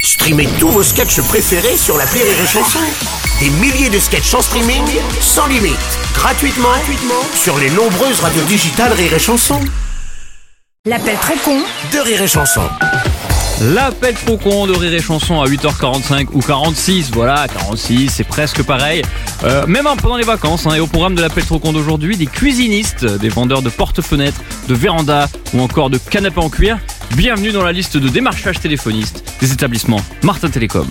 Streamez tous vos sketchs préférés sur la Rire et Chanson. Des milliers de sketchs en streaming, sans limite, gratuitement, gratuitement sur les nombreuses radios digitales Rire et Chanson. L'appel très con De Rire et Chanson. L'appel trop con de Rire et Chanson à 8h45 ou 46, voilà, 46, c'est presque pareil. Euh, même en- pendant les vacances, hein, et au programme de l'appel trop con d'aujourd'hui, des cuisinistes, des vendeurs de porte-fenêtres, de vérandas ou encore de canapés en cuir. Bienvenue dans la liste de démarchage téléphoniste des établissements Martin Télécom.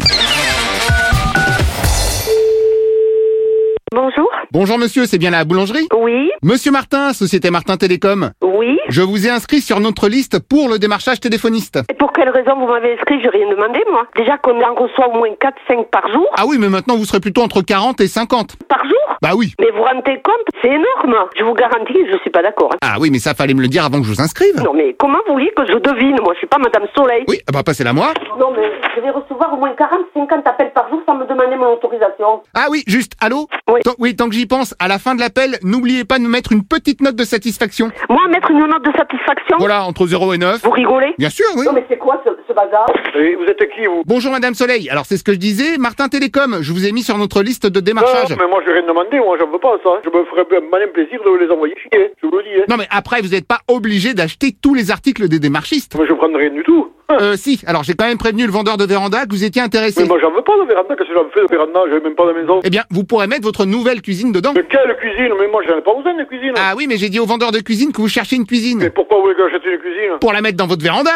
Bonjour. Bonjour monsieur, c'est bien la boulangerie Oui, Monsieur Martin, Société Martin Télécom. oui. Je vous ai inscrit sur notre liste pour le démarchage téléphoniste. Et pour quelle raison vous m'avez inscrit Je rien demandé, moi. Déjà qu'on en reçoit au moins 4-5 par jour. Ah oui, mais maintenant vous serez plutôt entre 40 et 50. Par jour Bah oui. Mais vous vous rendez compte C'est énorme. Je vous garantis, je suis pas d'accord. hein. Ah oui, mais ça fallait me le dire avant que je vous inscrive. Non, mais comment vous voulez que je devine Moi, je suis pas Madame Soleil. Oui, ah bah passez-la moi. Non, mais je vais recevoir au moins 40-50 appels par jour sans me demander mon autorisation. Ah oui, juste, allô Oui. Tant- oui, tant que j'y pense, à la fin de l'appel, n'oubliez pas de nous mettre une petite note de satisfaction. Moi, mettre une note de satisfaction Voilà, entre 0 et 9. Vous rigolez Bien sûr, oui. Non, mais c'est quoi ce, ce bazar Et vous êtes qui, vous Bonjour Madame Soleil, alors c'est ce que je disais, Martin Télécom, je vous ai mis sur notre liste de démarchage. Non, Ah, mais moi, je rien demandé, moi, j'en veux pas, ça. Je me ferais un malin plaisir de les envoyer chier, je vous le dis, hein. Non mais après, vous n'êtes pas obligé d'acheter tous les articles des démarchistes. Mais je prendrai rien du tout. Hein. Euh, si, alors j'ai quand même prévenu le vendeur de véranda que vous étiez intéressé. Mais moi, j'en veux pas de véranda, qu'est-ce que j'en fais de véranda J'ai même pas de maison. Eh bien, vous pourrez mettre votre nouvelle cuisine dedans. De quelle cuisine Mais moi, j'en ai pas besoin de cuisine. Ah oui, mais j'ai dit au vendeur de cuisine que vous cherchez une Mais cuisine. pourquoi vous voulez que j'achète une cuisine Pour la mettre dans votre véranda.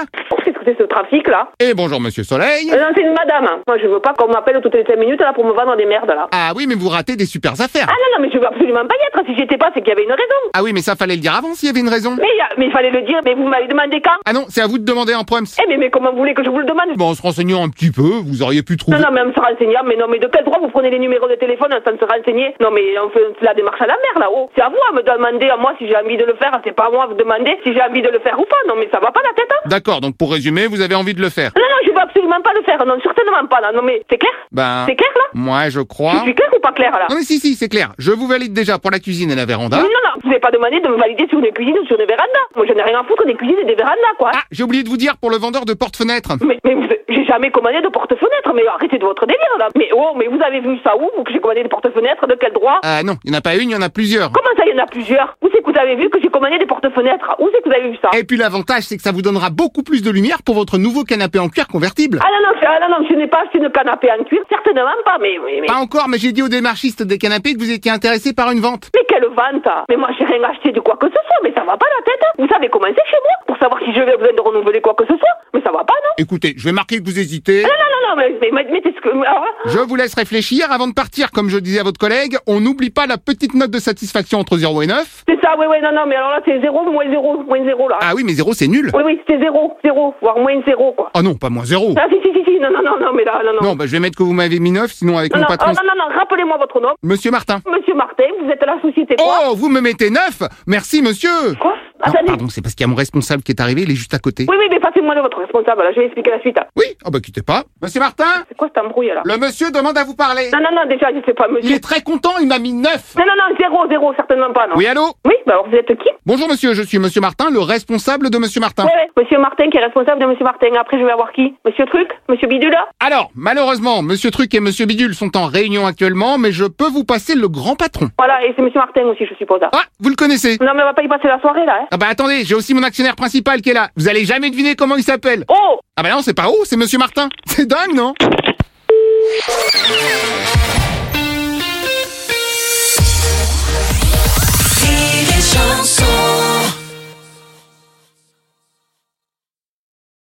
Qu'est-ce que c'est ce trafic, là Euh, Et bonjour, monsieur Soleil. Non, c'est une madame. Moi, je veux pas qu'on m'appelle toutes les 5 minutes, là, pour me vendre des merdes, là. Ah oui, mais vous ratez des supers affaires. Ah non, non, mais je veux absolument pas y être. Si j'étais pas, c'est qu'il y avait une raison. Ah oui, mais ça fallait le dire avant s'il y avait une raison. Mais, il y a- mais il fallait le dire, mais vous m'avez demandé quand Ah non, c'est à vous de demander en proms. Eh mais, mais comment vous voulez que je vous le demande Bon, en se renseignant un petit peu, vous auriez pu trouver. Non, non, mais en se renseignant, mais non, mais de quel droit vous prenez les numéros de téléphone sans se renseigner Non, mais on fait la démarche à la mer, là-haut. C'est à vous à me demander à moi si j'ai envie de le faire, c'est pas à moi à vous demander si j'ai envie de le faire ou pas. Non, mais ça va pas la tête, hein D'accord, donc pour résumer, vous avez envie de le faire. Non, non, je veux absolument pas le faire, non, certainement pas, là. Non, mais c'est clair Ben, C'est clair, là moi Je je crois. suis clair ou pas clair, là Non mais si, si, c'est clair. Je vous valide déjà pour la cuisine et la véranda. Mais non, non, vous n'avez pas demandé de me valider sur une cuisine ou sur une véranda. Moi, j'en ai rien à foutre des cuisines et des vérandas, quoi. Ah, j'ai oublié de vous dire pour le vendeur de porte-fenêtre. Mais, mais vous- j'ai jamais commandé de porte-fenêtre, mais arrêtez de votre délire là. Mais oh, mais vous avez vu ça où, vous, que j'ai commandé des porte-fenêtres De quel droit Ah non, il n'y en a pas une, il y en a plusieurs. Comment ça, il y en a plusieurs Où c'est que vous avez vu que j'ai commandé des porte-fenêtres Où c'est que vous avez vu ça Et puis l'avantage, c'est que ça vous donnera beaucoup plus de lumière pour votre nouveau canapé en cuir convertible. Ah non, non, je- ah non, non, je n'ai pas acheté de canapé en cuir, certainement pas, mais, mais, mais, Pas encore, mais j'ai dit aux démarchistes des canapés que vous étiez intéressé par une vente. mais quelle vente hein. Mais moi, j'ai rien acheté de quoi que ce soit, mais ça va pas la tête hein. Vous savez comment c'est chez moi Pour savoir si je vais besoin de renouveler quoi que ce soit Mais ça va pas, non Écoutez, je vais marquer que vous hésitez. Non, non, non, mais, mais, mais, mais c'est ce que... alors là, Je vous laisse réfléchir avant de partir. Comme je disais à votre collègue, on n'oublie pas la petite note de satisfaction entre 0 et 9. c'est ça, ouais, ouais, non, non, mais alors là, c'est zéro, moins zéro, moins zéro, là. Ah oui, mais 0 c'est nul. Oui, oui, c'était zéro, zéro, voire moins zéro, quoi. Oh non, pas moins 0. Ah si, si, si, si, non, non, non, non, mais là, non, non. Non, bah je vais mettre que vous m'avez mis 9, sinon avec non, mon non, patron... oh, non, non, non, rappelez-moi votre nom. Monsieur Martin. Monsieur Martin, vous êtes à la société quoi Ah, Oh, vous me mettez 9 Merci monsieur Quoi Non, Attendez. pardon, c'est parce qu'il y a mon responsable qui est arrivé, il est juste à côté. Oui, oui, mais passez-moi de votre responsable, là, je vais expliquer la suite. hein. Oui Oh bah quittez pas. Monsieur Martin C'est quoi cette embrouille, là Le monsieur demande à vous parler. Non, non, non, déjà, je sais pas, Il monsieur. est très content, il m'a mis 9. Non, non, non, zéro, zéro, certainement pas, non. Oui, allô Oui, bah alors vous êtes qui Bonjour monsieur, je suis monsieur Martin, le responsable de monsieur Martin. Oui, oui, monsieur Martin qui est responsable de monsieur Martin. Après, je vais avoir qui Monsieur Truc Monsieur Bidula Alors, malheureusement, monsieur Truc et monsieur Bidule sont en réunion actuellement, mais je peux vous passer le grand patron. Voilà, et c'est monsieur Martin aussi, je suppose. hein. Ah, vous le connaissez Non, mais on va pas y passer la soirée, là, hein. Ah bah attendez, j'ai aussi mon actionnaire principal qui est là. Vous allez jamais deviner comment il s'appelle. Oh Ah bah non, c'est pas où, c'est monsieur Martin. C'est dingue, non